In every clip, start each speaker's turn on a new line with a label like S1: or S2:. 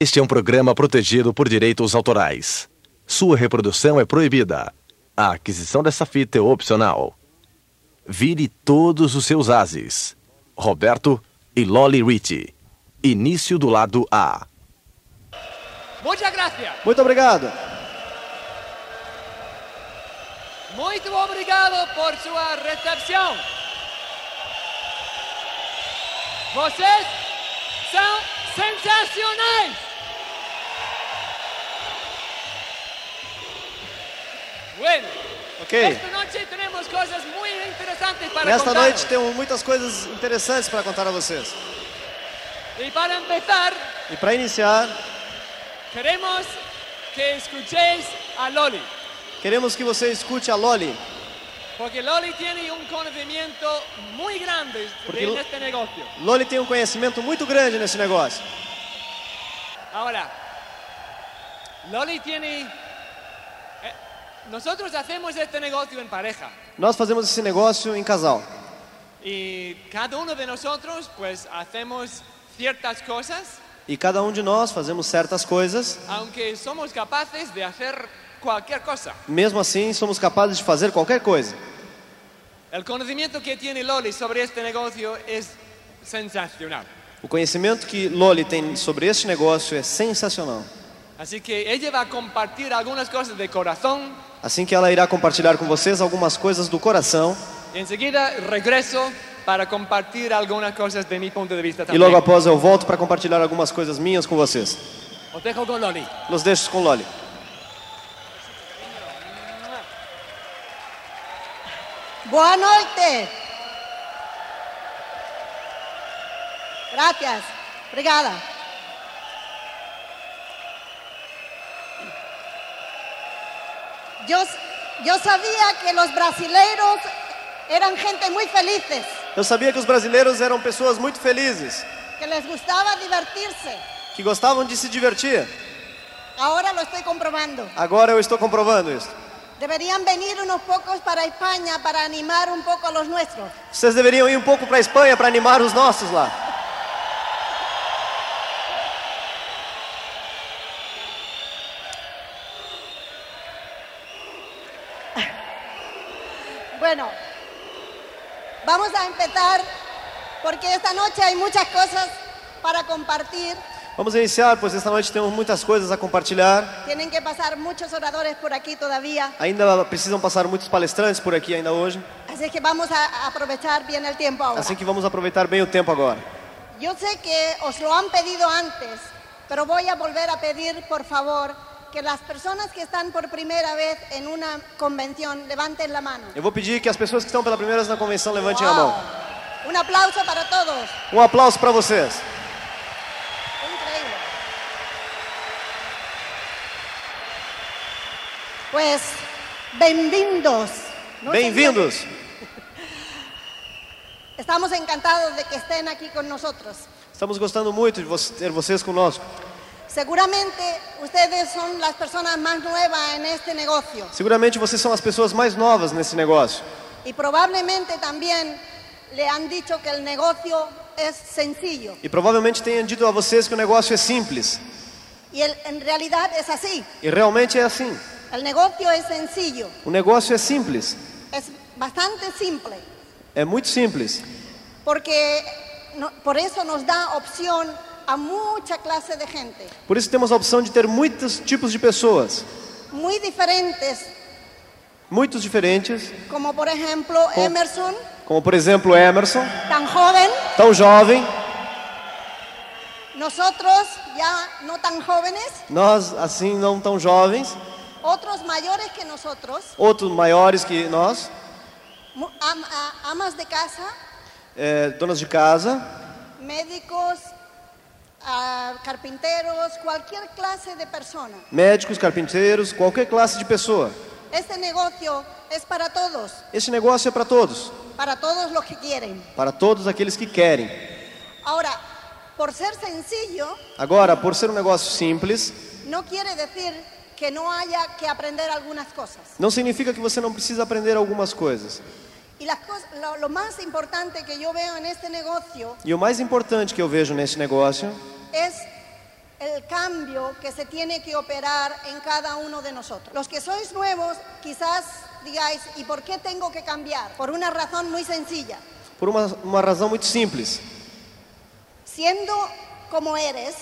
S1: Este é um programa protegido por direitos autorais. Sua reprodução é proibida. A aquisição dessa fita é opcional. Vire todos os seus ases. Roberto e Lolly Ricci. Início do lado A.
S2: Muchas gracias.
S3: Muito obrigado.
S2: Muy obrigado por su recepción. Vocês são sensacionais. Bueno,
S3: Ok.
S2: esta noche tenemos cosas muy interesantes para
S3: Nesta
S2: contar.
S3: noite temos muitas coisas interessantes para contar a vocês.
S2: Y para empezar,
S3: E para iniciar,
S2: queremos que escuchéis a Loli,
S3: queremos que você escute a Loli,
S2: porque Loli tiene un conocimiento muy grande de-
S3: Porque
S2: en
S3: Lo-
S2: este negocio.
S3: Loli tem um conhecimento muito grande nesse negócio.
S2: Ahora, Loli tiene... eh, Nosotros hacemos este negocio en pareja
S3: Nós fazemos esse negócio em casal.
S2: y cada uno de nosotros pues hacemos ciertas cosas,
S3: E cada um de nós fazemos certas coisas,
S2: aunque somos capaces de hacer cualquier cosa.
S3: mesmo assim somos capazes de fazer qualquer coisa.
S2: El conocimiento que tiene Loli sobre este negocio es sensacional.
S3: O conhecimento que Loli tem sobre este negócio é sensacional.
S2: Así que ella va a compartir algunas cosas de corazón
S3: Assim que ela irá compartilhar com vocês algumas coisas do coração
S2: y enseguida regreso para compartir algunas cosas de mi punto de vista
S3: e
S2: también.
S3: logo após eu volto para compartilhar algumas coisas minhas com vocês.
S2: Os dejo con Loli.
S3: Nos deixo com Loli.
S4: Boa noite. Gracias. Obrigada. Yo, yo sabía que los brasileiros eran gente muy felices,
S3: Eu sabia que os brasileiros eram pessoas muito felizes,
S4: que les gustaba divertirse.
S3: que gostavam de se divertir.
S4: Ahora lo estoy comprobando.
S3: Agora eu estou comprovando isso.
S4: Deberían venir unos pocos para España para animar un poco a los nuestros.
S3: Vocês deveriam ir um pouco para a Espanha para animar os nossos lá.
S4: Bueno, vamos a empezar porque esta noche hay muchas cosas para compartir.
S3: Vamos iniciar, pois esta noite temos muitas coisas a compartilhar.
S4: Tienen que pasar muchos oradores por aquí todavía,
S3: Ainda precisam passar muitos palestrantes por aqui ainda hoje,
S4: así es que vamos a aprovechar bien el tiempo ahora.
S3: assim que vamos aproveitar bem o tempo agora.
S4: Yo sé que os lo han pedido antes, pero voy a volver a pedir, por favor, que las personas que están por primera vez en una convención levanten la mano.
S3: Eu vou pedir que as pessoas que estão pela primeira vez na convenção levantem a mão.
S4: Un aplauso para todos.
S3: Um aplauso para vocês.
S4: Increíble. Pues, bienvenidos. ¿no,
S3: Bem-vindos.
S4: señores? Estamos encantados de que estén aquí con nosotros.
S3: Estamos gostando muito de vo- ter vocês conosco.
S4: Seguramente ustedes son las personas más nuevas en este negocio
S3: Seguramente vocês são as pessoas mais novas nesse negócio.
S4: y probablemente también le han dicho que el negocio es sencillo
S3: E provavelmente tenham dito a vocês que o negócio é simples.
S4: y el- en realidad es así.
S3: E realmente é assim.
S4: El negocio es sencillo,
S3: O negócio é simples.
S4: es bastante simple.
S3: É muito simples.
S4: porque no- por eso nos da opción a mucha clase de gente,
S3: Por isso temos a opção de ter muitos tipos de pessoas,
S4: muy diferentes,
S3: muitos diferentes,
S4: como por ejemplo
S3: Com-
S4: Emerson,
S3: como por exemplo Emerson,
S4: tan joven,
S3: tão jovem,
S4: nosotros ya no tan jóvenes,
S3: nós assim não tão jovens,
S4: otros mayores que nosotros,
S3: outros maiores que nós,
S4: mu- am- a- amas de casa,
S3: é, donas de casa,
S4: médicos, ah, carpinteros, cualquier clase de persona.
S3: médicos, carpinteiros, qualquer classe de pessoa.
S4: Este negocio es para todos,
S3: Este negócio é para todos,
S4: para todos los que quieren.
S3: para todos aqueles que querem.
S4: Ahora, por ser sencillo,
S3: Agora, por ser um negócio simples,
S4: No quiere decir que no haya que aprender algunas cosas.
S3: não significa que você não precisa aprender algumas coisas.
S4: Y las cos- lo, lo más importante que yo veo en este negocio
S3: E o mais importante que eu vejo neste negócio
S4: es el cambio que se tiene que operar en cada uno de nosotros. Los que sois nuevos quizás digáis, ¿y por qué tengo que cambiar? Por una razón muy sencilla.
S3: Por uma, uma razão muito simples.
S4: Siendo como eres,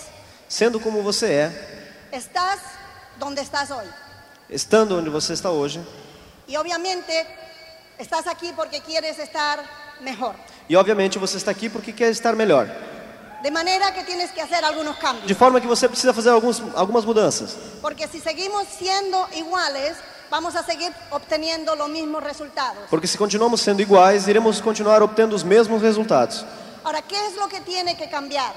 S3: Sendo como você é,
S4: estás donde estás hoy.
S3: estando onde você está hoje,
S4: Y obviamente estás aquí porque quieres estar mejor.
S3: e obviamente você está aqui porque quer estar melhor.
S4: De manera que tienes que hacer algunos
S3: De
S4: cambios.
S3: forma que você precisa fazer alguns, algumas mudanças.
S4: Porque si seguimos siendo iguales, vamos a seguir obteniendo los mismos resultados.
S3: Porque se continuamos sendo iguais, iremos continuar obtendo os mesmos resultados.
S4: Ahora, ¿qué es lo que tiene que cambiar?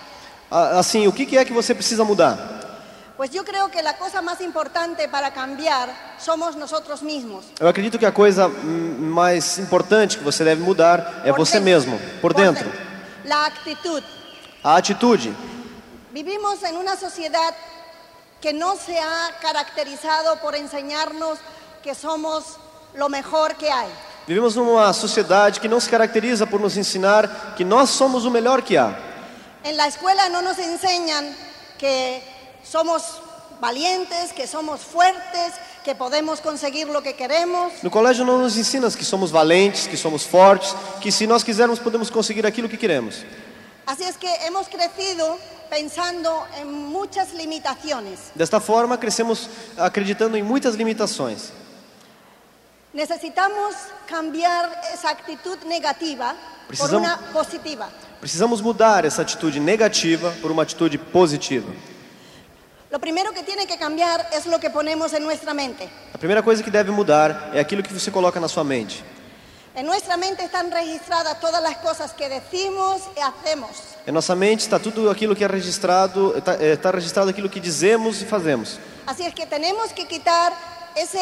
S3: A- Assim, o que que é que você precisa mudar?
S4: Pues yo creo que la cosa más importante para cambiar somos nosotros mismos.
S3: Eu acredito que a coisa hum, mais importante que você deve mudar é
S4: Por
S3: você
S4: dentro.
S3: mesmo, por dentro.
S4: La actitud.
S3: A atitude.
S4: Vivimos en una sociedad que no se ha caracterizado por enseñarnos que somos lo mejor que hay.
S3: Vivemos numa sociedade que não se caracteriza por nos ensinar que nós somos o melhor que há.
S4: En la escuela no nos enseñan que somos valientes, que somos fuertes, que podemos conseguir lo que queremos.
S3: No colégio não nos ensinam que somos valentes, que somos fortes, que se nós quisermos podemos conseguir aquilo que queremos.
S4: Así es que hemos crecido pensando en muchas limitaciones.
S3: Desta forma, crescemos acreditando em muitas limitações.
S4: Necesitamos cambiar esa actitud negativa por
S3: Precisamos-
S4: una positiva.
S3: Precisamos mudar essa atitude negativa por uma atitude positiva.
S4: Lo primero que tiene que cambiar es lo que ponemos en nuestra mente.
S3: A primeira coisa que deve mudar é aquilo que você coloca na sua mente.
S4: En nuestra mente están registradas todas las cosas que decimos y hacemos.
S3: Em nossa mente está tudo aquilo que é registrado, está registrado aquilo que dizemos e fazemos.
S4: Así es que tenemos que quitar ese-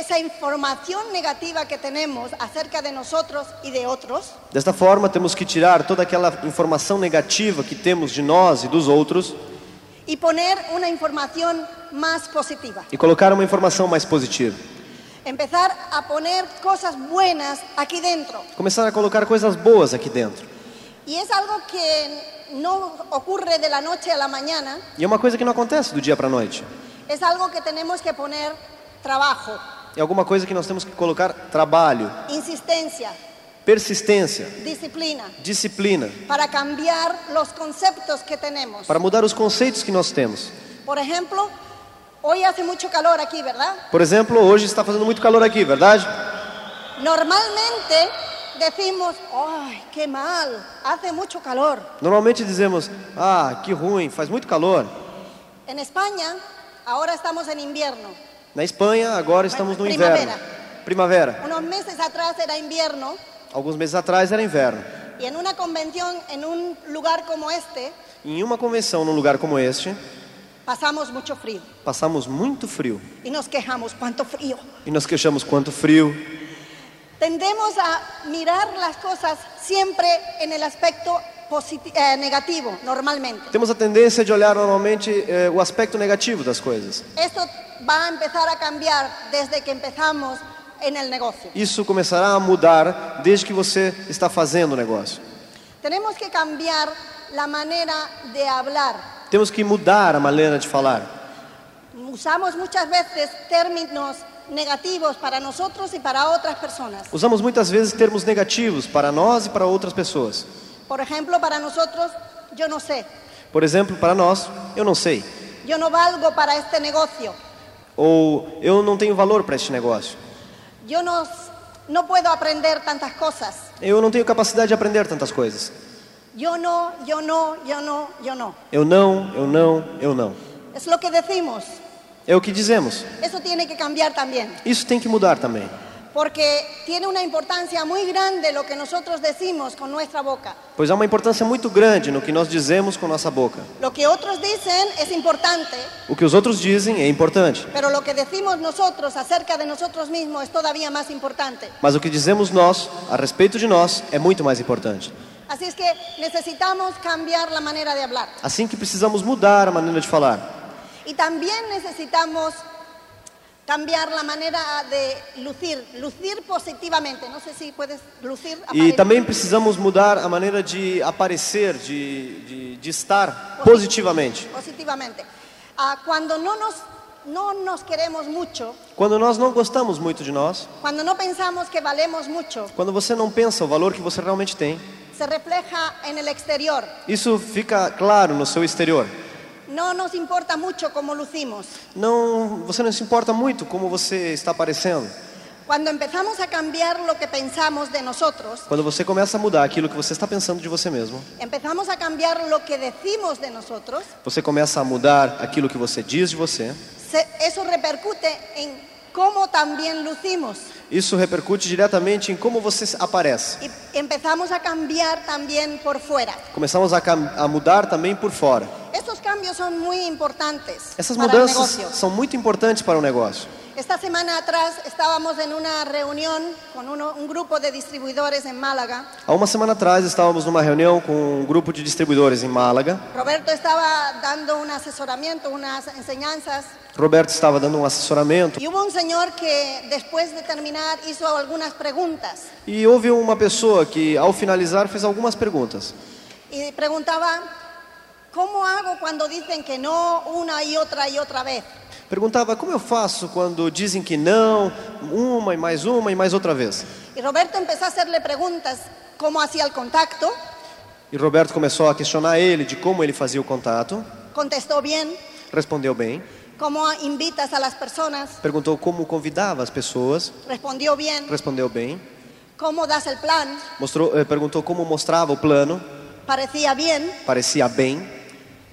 S4: esa información negativa que tenemos acerca de nosotros y de otros
S3: Desta forma, temos que tirar toda aquela informação negativa que temos de nós e dos outros
S4: y poner una información más positiva.
S3: e colocar uma informação mais positiva.
S4: Empezar a poner cosas buenas aquí dentro.
S3: Começar a colocar coisas boas aqui dentro.
S4: Y es algo que no ocurre de la noche a la mañana,
S3: E é uma coisa que não acontece do dia para a noite.
S4: es algo que tenemos que poner trabajo,
S3: É alguma coisa que nós temos que colocar trabalho,
S4: insistencia,
S3: persistência,
S4: disciplina,
S3: disciplina,
S4: para cambiar los conceptos que tenemos.
S3: para mudar os conceitos que nós temos.
S4: Por ejemplo, hoy hace mucho calor aquí, ¿verdad?
S3: Por exemplo, hoje está fazendo muito calor aqui, verdade?
S4: Normalmente decimos, ¡ay, qué mal! Hace mucho calor.
S3: Normalmente dizemos, ah, que ruim, faz muito calor.
S4: En España, ahora estamos en invierno.
S3: Na Espanha, agora estamos no inverno. Primavera.
S4: Unos meses atrás era invierno
S3: Alguns meses atrás era inverno.
S4: y en una convención, en un lugar como este,
S3: Em uma convenção num lugar como este,
S4: pasamos mucho frío
S3: passamos muito frio.
S4: y nos quejamos, ¡cuánto frío!
S3: E nós queixamos quanto frio.
S4: Tendemos a mirar las cosas siempre en el aspecto posit- eh, negativo, normalmente.
S3: Temos a tendência de olhar normalmente eh, o aspecto negativo das coisas.
S4: Esto va a empezar a cambiar desde que empezamos en el negocio.
S3: Isso começará a mudar desde que você está fazendo o negócio.
S4: Tenemos que cambiar la manera de hablar.
S3: Temos que mudar a maneira de falar.
S4: Usamos muchas veces términos negativos para nosotros y para otras personas.
S3: Usamos muitas vezes termos negativos para nós e para outras pessoas.
S4: Por ejemplo, para nosotros, yo no sé,
S3: Por exemplo, para nós, eu não sei.
S4: yo no valgo para este negocio,
S3: Ou eu não tenho valor para este negócio.
S4: yo no, s- no puedo aprender tantas cosas,
S3: Eu não tenho capacidade de aprender tantas coisas.
S4: yo no, yo no, yo no, yo no.
S3: Eu não, eu não, eu não.
S4: Es lo que decimos,
S3: É o que dizemos.
S4: eso tiene que cambiar también,
S3: Isso tem que mudar também.
S4: porque tiene una importancia muy grande lo que nosotros decimos con nuestra boca.
S3: Pois há uma importância muito grande no que nós dizemos com nossa boca.
S4: Lo que otros dicen es importante,
S3: O que os outros dizem é importante,
S4: Pero lo que decimos nosotros acerca de nosotros mismos es todavía más importante.
S3: mas o que dizemos nós, a respeito de nós, é muito mais importante.
S4: Así es que necesitamos cambiar la manera de hablar.
S3: Assim que precisamos mudar a maneira de falar.
S4: Y también necesitamos cambiar la manera de lucir, lucir positivamente. No sé si puedes lucir.
S3: E
S4: aparentemente.
S3: também precisamos mudar a maneira de aparecer, de, de, de estar positivamente.
S4: Positivamente. Ah, cuando no nos, no nos queremos mucho,
S3: Quando nós não gostamos muito de nós,
S4: cuando no pensamos que valemos mucho,
S3: quando você não pensa o valor que você realmente tem,
S4: se refleja en el exterior.
S3: isso fica claro no seu exterior.
S4: No nos importa mucho cómo lucimos.
S3: Não, você não se importa muito como você está aparecendo.
S4: Cuando empezamos a cambiar lo que pensamos de nosotros,
S3: Quando você começa a mudar aquilo que você está pensando de você mesmo,
S4: empezamos a cambiar lo que decimos de nosotros,
S3: você começa a mudar aquilo que você diz de você.
S4: se- eso repercute en cómo también lucimos.
S3: Isso repercute diretamente em como você aparece.
S4: Y empezamos a cambiar también por fuera.
S3: Começamos a, cam- a mudar também por fora.
S4: Estos cambios son muy importantes
S3: Essas
S4: para
S3: mudanças
S4: el negocio.
S3: são muito importantes para o negócio.
S4: Esta semana atrás estábamos en una reunión con uno- un grupo de distribuidores en Málaga.
S3: Há uma semana atrás estávamos numa reunião com um grupo de distribuidores em Málaga.
S4: Roberto estaba dando un asesoramiento, unas enseñanzas,
S3: Roberto estava dando um assessoramento
S4: y hubo un señor que después de terminar hizo algunas preguntas
S3: e houve uma pessoa que, ao finalizar, fez algumas perguntas.
S4: y preguntaba, ¿cómo hago cuando dicen que no una y otra y otra vez?
S3: Perguntava como eu faço quando dizem que não, uma e mais uma e mais outra vez.
S4: Y Roberto empezó a hacerle preguntas, cómo hacía el contacto,
S3: E Roberto começou a questionar ele de como ele fazia o contato.
S4: contestó bien,
S3: Respondeu bem.
S4: cómo invitas a las personas,
S3: Perguntou como convidava as pessoas.
S4: respondió bien,
S3: Respondeu bem.
S4: cómo das el plan,
S3: Mostrou, eh, perguntou como mostrava o plano.
S4: parecía bien.
S3: Parecia bem.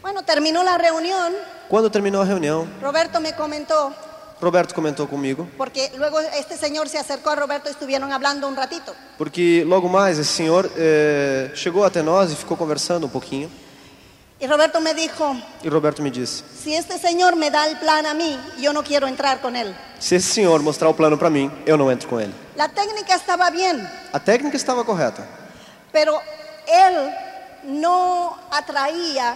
S4: Bueno, terminó la reunión,
S3: Quando terminou a reunião,
S4: Roberto me comentó,
S3: Roberto comentou comigo,
S4: porque luego este señor se acercó a Roberto y estuvieron hablando un ratito.
S3: porque logo mais esse senhor eh, chegou até nós e ficou conversando um pouquinho.
S4: Y Roberto me dijo,
S3: E Roberto me disse:
S4: si este señor me da el plan a mí, yo no quiero entrar con él.
S3: se esse senhor mostrar o plano para mim, eu não entro com ele.
S4: La técnica estaba bien,
S3: A técnica estava correta,
S4: pero él no atraía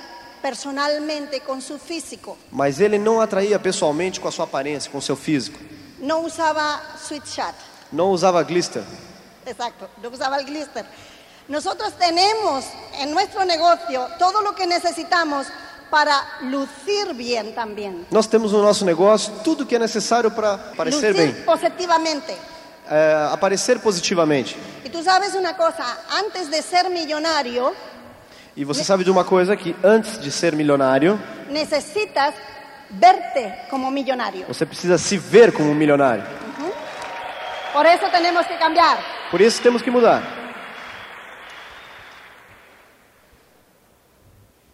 S4: personalmente con su físico.
S3: mas ele não atraía pessoalmente com a sua aparência, com o seu físico.
S4: No usaba sweet shot.
S3: Não usava glister.
S4: Exacto, no usaba el glister. Nosotros tenemos en nuestro negocio todo lo que necesitamos para lucir bien también.
S3: Nós temos no nosso negócio tudo que é necessário para aparecer
S4: lucir
S3: bem,
S4: positivamente.
S3: eh, aparecer positivamente.
S4: Y tú sabes una cosa, antes de ser millonario
S3: E você sabe de uma coisa que antes de ser milionário,
S4: necesitas verte como millonario.
S3: você precisa se ver como um milionário.
S4: Por eso tenemos que cambiar.
S3: Por isso temos que mudar.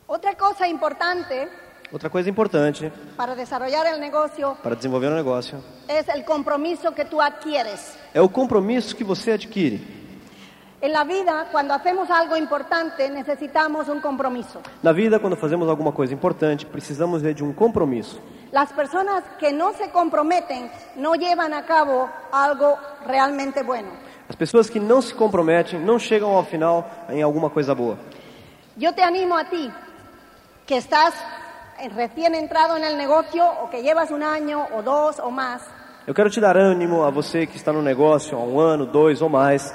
S4: Otra cosa importante
S3: Outra coisa importante
S4: para desarrollar el negocio
S3: para desenvolver um negócio
S4: es el compromiso que tú adquieres.
S3: é o compromisso que você adquire.
S4: En la vida, cuando hacemos algo importante, necesitamos un compromiso.
S3: Na vida, quando fazemos alguma coisa importante, precisamos é de um compromisso.
S4: Las personas que no se comprometen no llevan a cabo algo realmente bueno.
S3: As pessoas que não se comprometem não chegam ao final em alguma coisa boa.
S4: Yo te animo a ti, que estás eh, recién entrado en el negocio o que llevas un año o dos o más,
S3: Eu quero te dar ânimo a você que está no negócio há um ano, dois ou mais,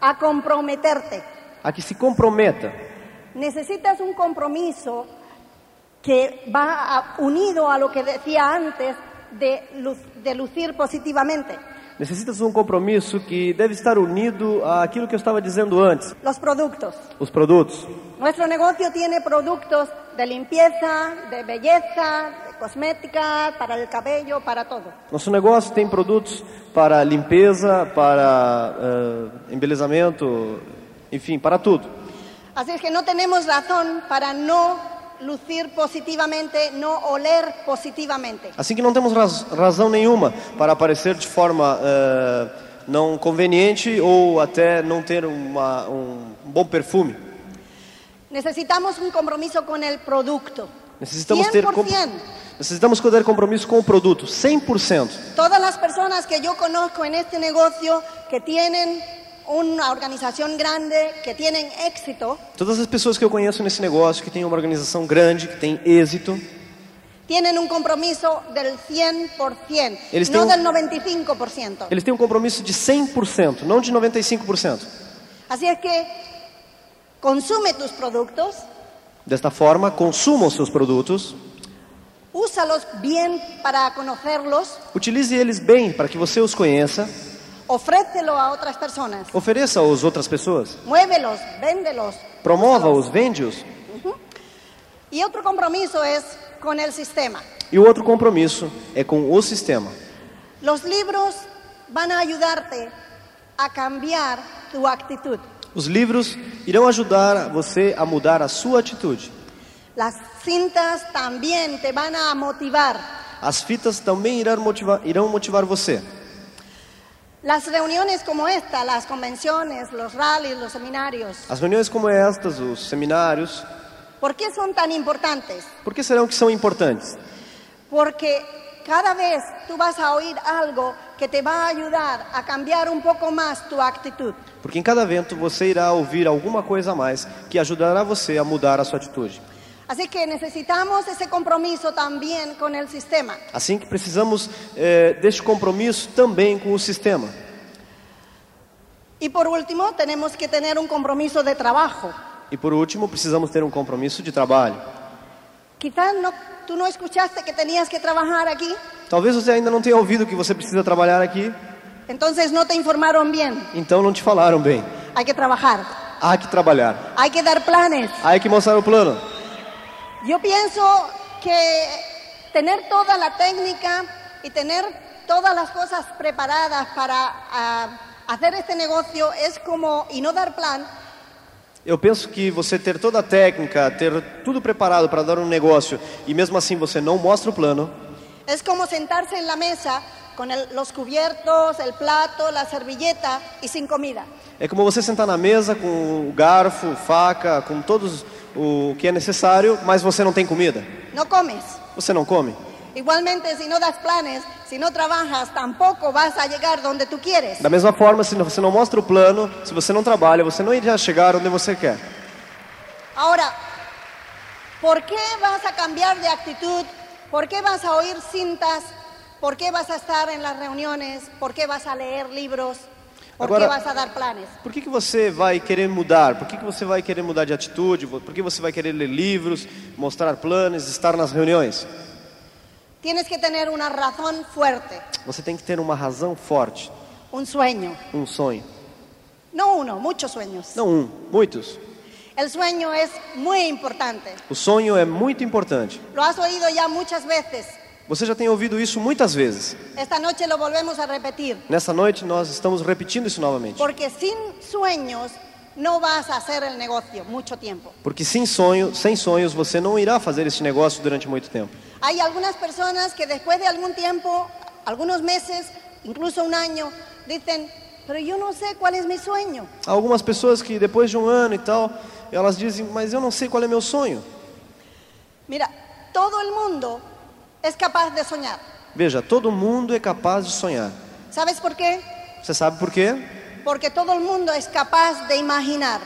S4: a comprometerte.
S3: a que se comprometa.
S4: Necesitas un compromiso que va a- unido a lo que decía antes de, luz- de lucir positivamente.
S3: Necessitas um compromisso que deve estar unido àquilo que eu estava dizendo antes,
S4: Los productos.
S3: os produtos.
S4: Nuestro negocio tiene productos de limpieza, de belleza, de cosmética, para el cabello, para todo.
S3: Nosso negócio tem produtos para limpeza, para eh, embelezamento, enfim, para tudo.
S4: Así es que no tenemos razón para no lucir positivamente, no oler positivamente.
S3: Assim que não temos raz- razão nenhuma para aparecer de forma eh, não conveniente ou até não ter uma, um bom perfume.
S4: Necesitamos un compromiso con el producto.
S3: Necessitamos ter, com-
S4: 100%.
S3: necessitamos ter compromisso com o produto, 100%.
S4: Todas las personas que yo conozco en este negocio que tienen una organización grande, que tienen éxito,
S3: Todas as pessoas que eu conheço nesse negócio, que têm uma organização grande, que têm êxito,
S4: tienen un compromiso del 100%,
S3: Eles
S4: no
S3: têm um-
S4: del 95%.
S3: Eles têm um compromisso de 100%, não de 95%.
S4: Así es que consume tus productos,
S3: Desta forma, consumam seus produtos,
S4: úsalos bien para conocerlos,
S3: utilize eles bem para que você os conheça,
S4: ofrécelo a otras personas,
S3: ofereça-os outras pessoas,
S4: muévelos, véndelos.
S3: promova-os, vende-os.
S4: Y otro compromiso es con el sistema.
S3: E o outro compromisso é com o sistema.
S4: Los libros van a ayudarte a cambiar tu actitud.
S3: Os livros irão ajudar você a mudar a sua atitude.
S4: Las cintas también te van a motivar.
S3: As fitas também irão motivar, irão motivar você.
S4: Las reuniones como esta, las convenciones, los rallies, los seminarios,
S3: As reuniões como estas, os seminários,
S4: ¿por qué son tan importantes?
S3: por que serão que são importantes?
S4: Porque cada vez tú vas a oír algo que te va a ayudar a cambiar un poco más tu actitud.
S3: Porque em cada evento você irá ouvir alguma coisa a mais que ajudará você a mudar a sua atitude.
S4: Así que necesitamos ese compromiso también con el sistema.
S3: Assim que precisamos eh, deste compromisso também com o sistema.
S4: Y por último, tenemos que tener un compromiso de trabajo.
S3: E por último, precisamos ter um compromisso de trabalho.
S4: Quizás no, tú no escuchaste que tenías que trabajar aquí,
S3: Talvez você ainda não tenha ouvido que você precisa trabalhar aqui,
S4: entonces no te informaron bien.
S3: então não te falaram bem.
S4: Hay que trabajar,
S3: Há que trabalhar.
S4: hay que dar planes.
S3: Há que mostrar o plano.
S4: Yo pienso que tener toda la técnica y tener todas las cosas preparadas para ah, hacer este negocio es como, y no dar plan,
S3: Eu penso que você ter toda a técnica, ter tudo preparado para dar um negócio e mesmo assim você não mostra o plano,
S4: es como sentarse en la mesa con el- los cubiertos, el plato, la servilleta y sin comida.
S3: é como você sentar na mesa com o garfo, faca, com todos o que é necessário, mas você não tem comida.
S4: No comes.
S3: Você não come.
S4: Igualmente, si no das planes, si no trabajas, tampoco vas a llegar donde tú quieres.
S3: Da mesma forma, se você não mostra o plano, se você não trabalha, você não irá chegar onde você quer.
S4: Ahora, ¿por qué vas a cambiar de actitud? ¿Por qué vas a oír cintas? ¿Por qué vas a estar en las reuniones? ¿Por qué vas a leer libros? ¿Por qué
S3: Ahora-
S4: vas a dar planes?
S3: Por que, que você vai querer mudar? Por que, que você vai querer mudar de atitude? Por que você vai querer ler livros, mostrar planos, estar nas reuniões?
S4: Tienes que tener una razón fuerte,
S3: Você tem que ter uma razão forte,
S4: un sueño.
S3: um sonho.
S4: No uno, muchos sueños.
S3: Não um, muitos.
S4: El sueño es muy importante.
S3: O sonho é muito importante.
S4: Lo has oído ya muchas veces.
S3: Você já tem ouvido isso muitas vezes.
S4: Esta noche lo volvemos a repetir.
S3: Nessa noite nós estamos repetindo isso novamente.
S4: Porque sin sueños no vas a hacer el negocio mucho tiempo.
S3: Porque sem sonho, sem sonhos você não irá fazer esse negócio durante muito tempo.
S4: Hay algunas personas que después de algún tiempo, algunos meses, incluso un año, dicen, pero yo no sé cuál es mi sueño.
S3: Há algumas pessoas que depois de um ano e tal, elas dizem: "Mas eu não sei qual é meu sonho".
S4: Mira, todo el mundo es capaz de soñar.
S3: Veja, todo mundo é capaz de sonhar.
S4: ¿Sabes por qué?
S3: Você sabe por quê?
S4: Porque todo el mundo es capaz de imaginar.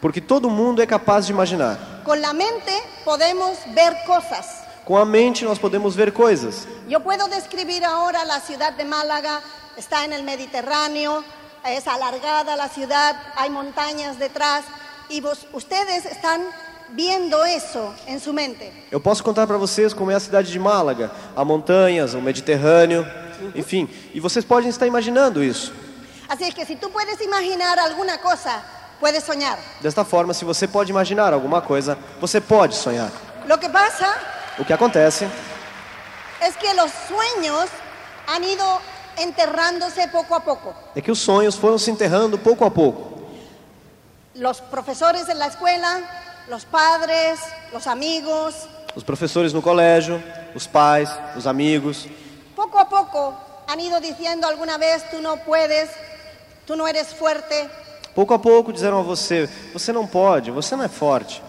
S3: Porque todo mundo é capaz de imaginar.
S4: Con la mente podemos ver cosas.
S3: Com a mente nós podemos ver coisas.
S4: Yo puedo describir ahora la ciudad de Málaga, está en el Mediterráneo, es alargada la ciudad, hay montañas detrás y vos- ustedes están viendo eso en su mente.
S3: Eu posso contar para vocês como é a cidade de Málaga, há montanhas, o Mediterrâneo, enfim, e vocês podem estar imaginando isso.
S4: Así es que si tú puedes imaginar alguna cosa, puedes soñar.
S3: Desta forma, se você pode imaginar alguma coisa, você pode sonhar.
S4: Lo que pasa
S3: O que acontece
S4: es que los sueños han ido enterrándose poco a poco.
S3: é que os sonhos foram se enterrando pouco a pouco.
S4: Los profesores en la escuela, los padres, los amigos,
S3: Os professores no colégio, os pais, os amigos,
S4: Poco a poco han ido diciendo alguna vez, tú no puedes, tú no eres fuerte,
S3: pouco a pouco disseram a você: você não pode, você não é forte,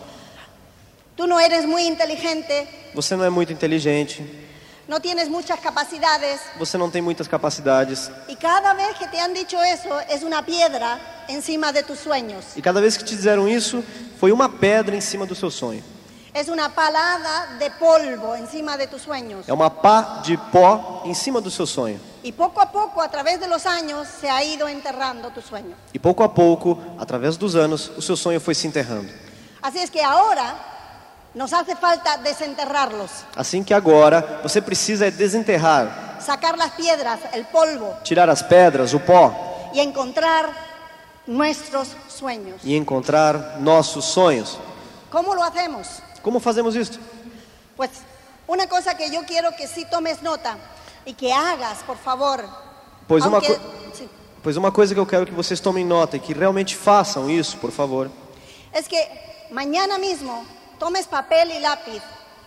S4: tú no eres muy inteligente,
S3: você não é muito inteligente,
S4: no tienes muchas capacidades.
S3: você não tem muitas capacidades.
S4: Y cada vez que te han dicho eso es una piedra encima de tus sueños.
S3: E cada vez que te disseram isso, foi uma pedra em cima do seu sonho.
S4: Es una palada de polvo encima de tus sueños.
S3: É uma pá de pó em cima do seu sonho.
S4: Y poco a poco, a través de los años, se ha ido enterrando tu sueño.
S3: E pouco a pouco, através dos anos, o seu sonho foi se enterrando.
S4: Así es que ahora nos hace falta desenterrarlos,
S3: Assim que agora você precisa é desenterrar,
S4: sacar las piedras, el polvo
S3: tirar as pedras, o pó
S4: y encontrar nuestros sueños.
S3: e encontrar nossos sonhos.
S4: ¿Cómo lo hacemos?
S3: Como fazemos isso?
S4: Pues una cosa que yo quiero que sí tomes nota y que hagas, por favor.
S3: Pois uma
S4: Aunque-
S3: co-
S4: sí.
S3: Pois uma coisa que eu quero que vocês tomem nota e que realmente façam isso, por favor,
S4: Es que mañana mismo tomes papel y lápiz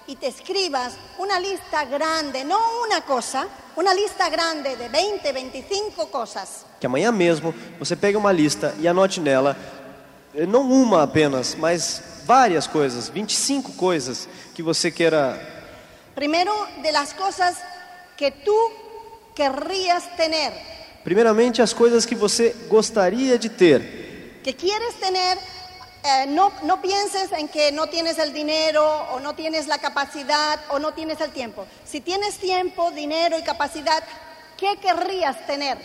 S4: y te escribas una lista grande, no una cosa, una lista grande de 20, 25 cosas.
S3: que amanhã mesmo você pegue uma lista e anote nela eh, não uma apenas, mas várias coisas, 25 coisas que você queira
S4: Primero, de las cosas que tú querrías tener,
S3: Primeiramente, as coisas que você gostaria de ter.
S4: que quieres tener. eh, no, no pienses en que no tienes el dinero o no tienes la capacidad o no tienes el tiempo. Si tienes tiempo, dinero y capacidad, ¿qué querrías tener?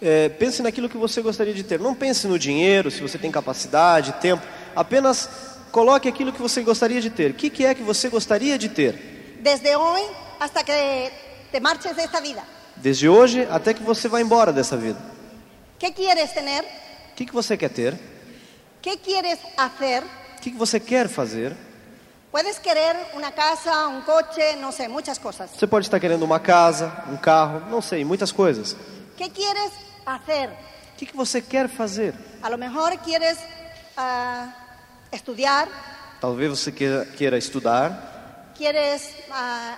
S3: É, pense naquilo que você gostaria de ter. Não pense no dinheiro, se você tem capacidade, tempo. Apenas coloque aquilo que você gostaria de ter. O que, que é que você gostaria de ter?
S4: Desde hoy hasta que te marches de esta vida.
S3: Desde hoje até que você vá embora dessa vida.
S4: ¿Qué quieres tener?
S3: O que, que você quer ter?
S4: ¿Qué quieres hacer?
S3: O que, que você quer fazer?
S4: Puedes querer una casa, un coche, no sé, muchas cosas.
S3: Você pode estar querendo uma casa, um carro, não sei, muitas coisas.
S4: ¿Qué quieres hacer?
S3: O que, que você quer fazer?
S4: A lo mejor quieres ah, estudiar,
S3: Talvez você queira, queira estudar,
S4: quieres ah,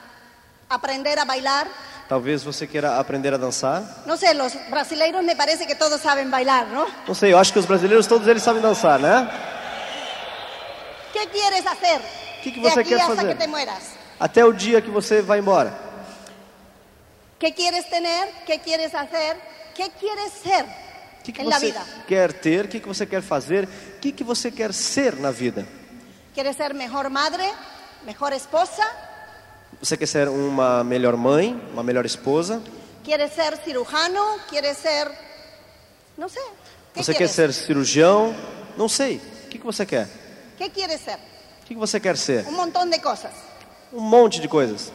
S4: aprender a bailar.
S3: talvez você queira aprender a dançar.
S4: No sé, los brasileiros me parece que todos saben bailar, ¿no?
S3: Não sei, eu acho que os brasileiros todos eles sabem dançar, né?
S4: ¿Qué quieres hacer?
S3: ¿Qué- qué
S4: de
S3: vas a
S4: aquí
S3: querer
S4: hasta
S3: hacer?
S4: que te mueras.
S3: Até o dia que você vai embora.
S4: ¿Qué quieres tener? ¿Qué quieres hacer? ¿Qué quieres ser
S3: O que, que
S4: en la
S3: você
S4: vida?
S3: quer ter? O que, que você quer fazer? O que, que você quer ser na vida?
S4: ¿Quieres ser mejor madre? ¿Mejor esposa?
S3: Você quer ser uma melhor mãe, uma melhor esposa?
S4: ¿Quieres ser cirujano? ¿Quieres ser.? No sé. ¿Qué
S3: Você quer
S4: quieres?
S3: ser cirurgião? Não sei. O que, que você quer?
S4: ¿Qué quieres ser?
S3: O que, que você quer ser?
S4: Un montón de cosas.
S3: Um monte de coisas.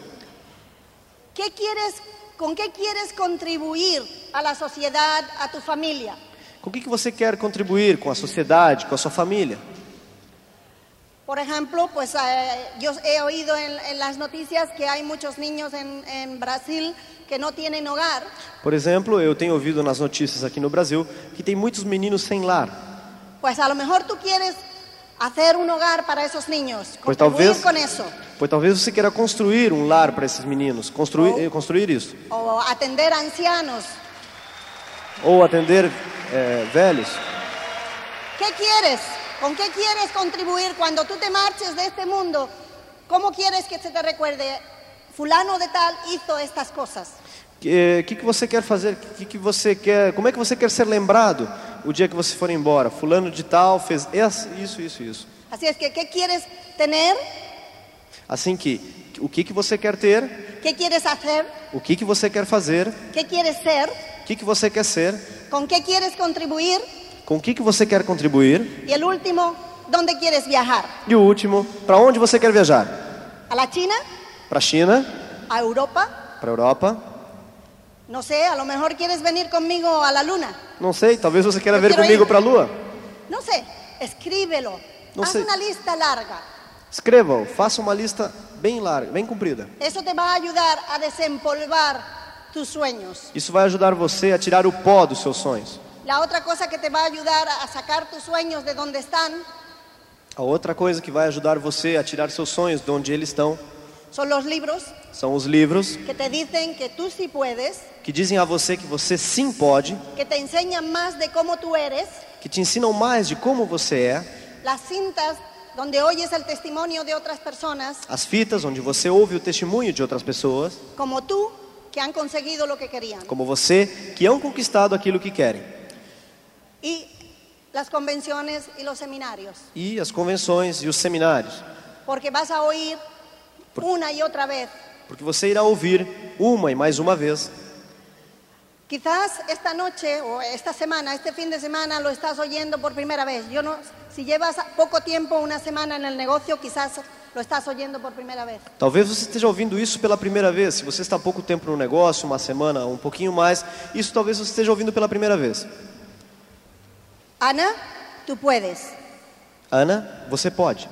S4: ¿Qué quieres, ¿Con qué quieres contribuir a la sociedad, a tu familia?
S3: Com o que, que você quer contribuir com a sociedade, com a sua família?
S4: Por ejemplo, pues eh, yo he oído en, en las noticias que hay muchos niños en, en Brasil que no tienen hogar
S3: Por exemplo, eu tenho ouvido nas notícias aqui no Brasil que tem muitos meninos sem lar.
S4: Pues a lo mejor tú quieres hacer un hogar para esos niños,
S3: Pues, tal
S4: contribuir
S3: vez-
S4: con eso,
S3: Pois talvez você queira construir um lar para esses meninos, construir, eh, construir isso.
S4: o atender a ancianos.
S3: Ou atender eh, velhos.
S4: ¿Qué quieres? ¿Con qué quieres contribuir cuando tú te marches de este mundo? ¿Cómo quieres que se te recuerde? Fulano de tal hizo estas cosas.
S3: O que, que, que você quer fazer? O Que, que você quer? Como é que você quer ser lembrado o dia que você for embora? Fulano de tal fez essa, isso, isso, isso.
S4: Así es que, ¿qué quieres tener?
S3: Assim que o que, que você quer ter?
S4: ¿Qué quieres hacer?
S3: O que, que você quer fazer?
S4: ¿Qué quieres ser?
S3: O que, que você quer ser?
S4: ¿Con qué quieres contribuir?
S3: Com o que, que você quer contribuir?
S4: Y el último, ¿dónde quieres viajar?
S3: E o último, para onde você quer viajar?
S4: ¿A la China?
S3: Para a China?
S4: ¿A Europa?
S3: Para a Europa?
S4: No sé, a lo mejor quieres venir conmigo a la luna.
S3: Não sei, talvez você queira
S4: Eu
S3: vir
S4: quero
S3: comigo
S4: ir.
S3: para a Lua.
S4: No sé, escríbelo.
S3: No
S4: Haz
S3: sé.
S4: una lista larga.
S3: Escrevam, faça uma lista bem larga, bem comprida.
S4: Eso te va a ayudar a desempolvar tus sueños.
S3: Isso vai ajudar você a tirar o pó dos seus sonhos.
S4: La otra cosa que te va a ayudar a sacar tus sueños de donde están
S3: A outra coisa que vai ajudar você a tirar seus sonhos de onde eles estão
S4: son los libros
S3: são os livros
S4: que te dicen que tú sí puedes,
S3: que dizem a você que você sim pode,
S4: que te enseñan más de cómo tú eres,
S3: que te ensinam mais de como você é,
S4: las cintas donde oyes el testimonio de otras personas
S3: as fitas onde você ouve o testemunho de outras pessoas,
S4: como tú que han conseguido lo que querían
S3: como você, que hão conquistado aquilo que querem.
S4: y las convenciones y los seminarios.
S3: E as convenções e os seminários.
S4: porque vas a oír una y otra vez.
S3: porque você irá ouvir uma e mais uma vez.
S4: Quizás esta noche o esta semana, este fin de semana lo estás oyendo por primera vez. Yo no, si llevas poco tiempo, una semana en el negocio, quizás lo estás oyendo por primera vez.
S3: Talvez você esteja ouvindo isso pela primeira vez. Se você está há pouco tempo no negócio, uma semana, um pouquinho mais, isso talvez você esteja ouvindo pela primeira vez.
S4: Ana, tú puedes.
S3: Ana, você pode.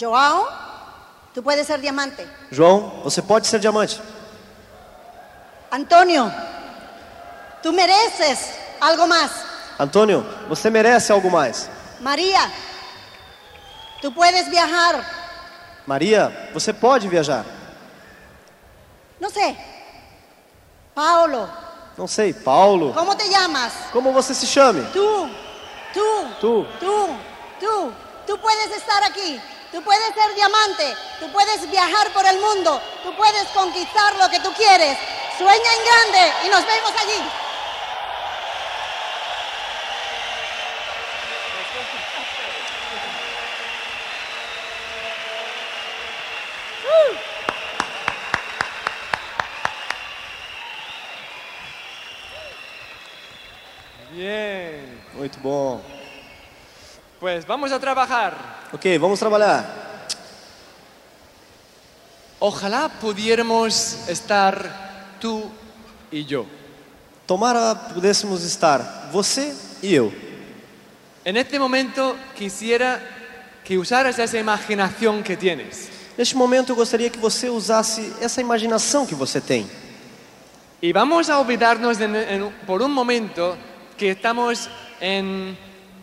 S4: Joao, tú puedes ser diamante.
S3: João, você pode ser diamante.
S4: Antonio, tú mereces algo más.
S3: Antônio, você merece algo mais.
S4: María, tú puedes viajar.
S3: Maria, você pode viajar.
S4: No sé. Paolo,
S3: Não sei, Paulo,
S4: ¿cómo te llamas?
S3: como você se chame?
S4: Tú, tú,
S3: Tú.
S4: tú, tú, tú puedes estar aquí, tú puedes ser diamante, tú puedes viajar por el mundo, tú puedes conquistar lo que tú quieres. Sueña en grande y nos vemos allí.
S2: Bien.
S3: Muito bom.
S2: Pues vamos a trabajar.
S3: Ok, vamos trabalhar.
S2: Ojalá pudiéramos estar tú y yo.
S3: Tomara pudéssemos estar você e eu.
S2: En este momento quisiera que usaras esa imaginación que tienes
S3: Neste momento eu gostaria que você usasse essa imaginação que você tem.
S2: y vamos a olvidarnos en- en- por un momento que estamos en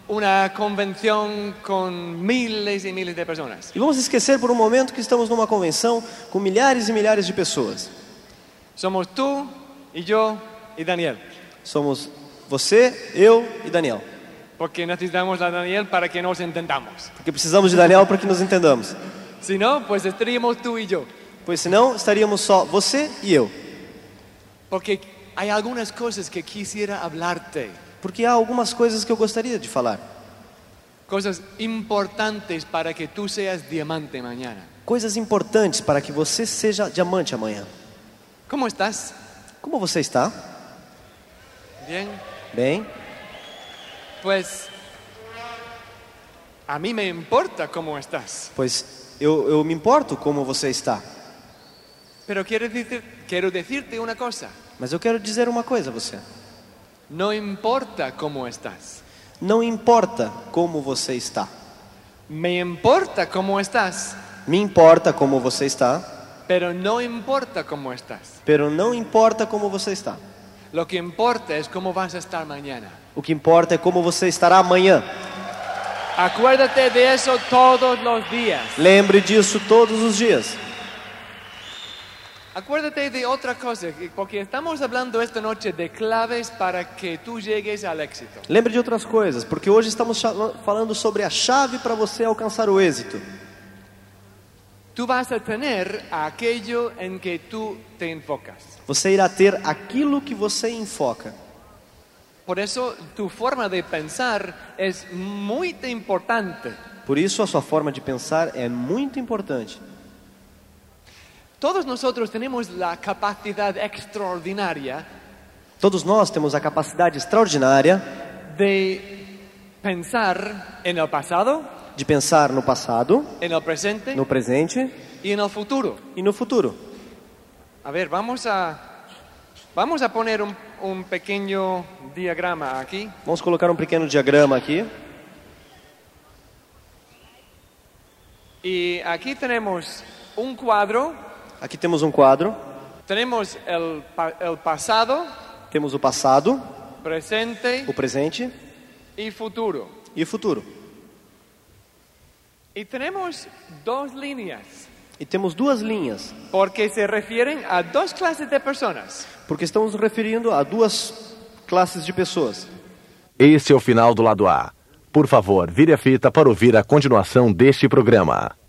S2: una convención con miles y miles de personas.
S3: E vamos esquecer por um momento que estamos numa convenção com milhares e milhares de pessoas.
S2: Somos tú y yo y Daniel,
S3: Somos você, eu e Daniel.
S2: porque necesitamos a Daniel para que nos entendamos.
S3: Porque precisamos de Daniel para que nos entendamos.
S2: Si no, pues estaríamos tú y yo,
S3: Pois senão estaríamos só você e eu.
S2: porque hay algunas cosas que quisiera hablarte,
S3: Porque há algumas coisas que eu gostaria de falar.
S2: cosas importantes para que tú seas diamante mañana.
S3: Coisas importantes para que você seja diamante amanhã.
S2: ¿Cómo estás?
S3: Como você está?
S2: Bien,
S3: Bem?
S2: pues a mí me importa cómo estás,
S3: Pois eu, eu me importo como você está.
S2: pero quiero, decir- quiero decirte una cosa,
S3: Mas eu quero dizer uma coisa a você.
S2: no importa cómo estás,
S3: Não importa como você está.
S2: me importa cómo estás,
S3: Me importa como você está,
S2: pero no importa cómo estás,
S3: pero não importa como você está.
S2: lo que importa es cómo vas a estar mañana.
S3: O que importa é como você estará amanhã.
S2: Acuérdate de eso todos los días.
S3: Lembre disso todos os dias.
S2: Acuérdate de otra cosa, que- porque estamos hablando esta noche de claves para que tú llegues al éxito.
S3: Lembre de outras coisas, porque hoje estamos cha- falando sobre a chave para você alcançar o êxito.
S2: Tú vas a tener aquello en que tú te enfocas.
S3: Você irá ter aquilo que você enfoca.
S2: Por eso tu forma de pensar es muy te- importante.
S3: Por isso, a sua forma de pensar é muito importante.
S2: Todos nosotros tenemos la capacidad extraordinaria
S3: Todos nós temos a capacidade extraordinária
S2: de pensar en el pasado,
S3: de pensar no passado,
S2: en el presente
S3: no presente
S2: y en el futuro.
S3: e no futuro.
S2: A ver, vamos a, vamos a poner un- un pequeño diagrama aquí.
S3: Vamos colocar um pequeno diagrama aqui.
S2: Y aquí tenemos un cuadro,
S3: Aqui temos um quadro,
S2: tenemos el, pa- el pasado,
S3: temos o passado,
S2: presente
S3: o presente
S2: y futuro.
S3: e o futuro.
S2: Y tenemos dos líneas,
S3: E temos duas linhas,
S2: porque se refieren a dos clases de personas.
S3: porque estamos nos referindo a duas classes de pessoas.
S1: Este é o final do lado A. Por favor, vire a fita para ouvir a continuação deste programa.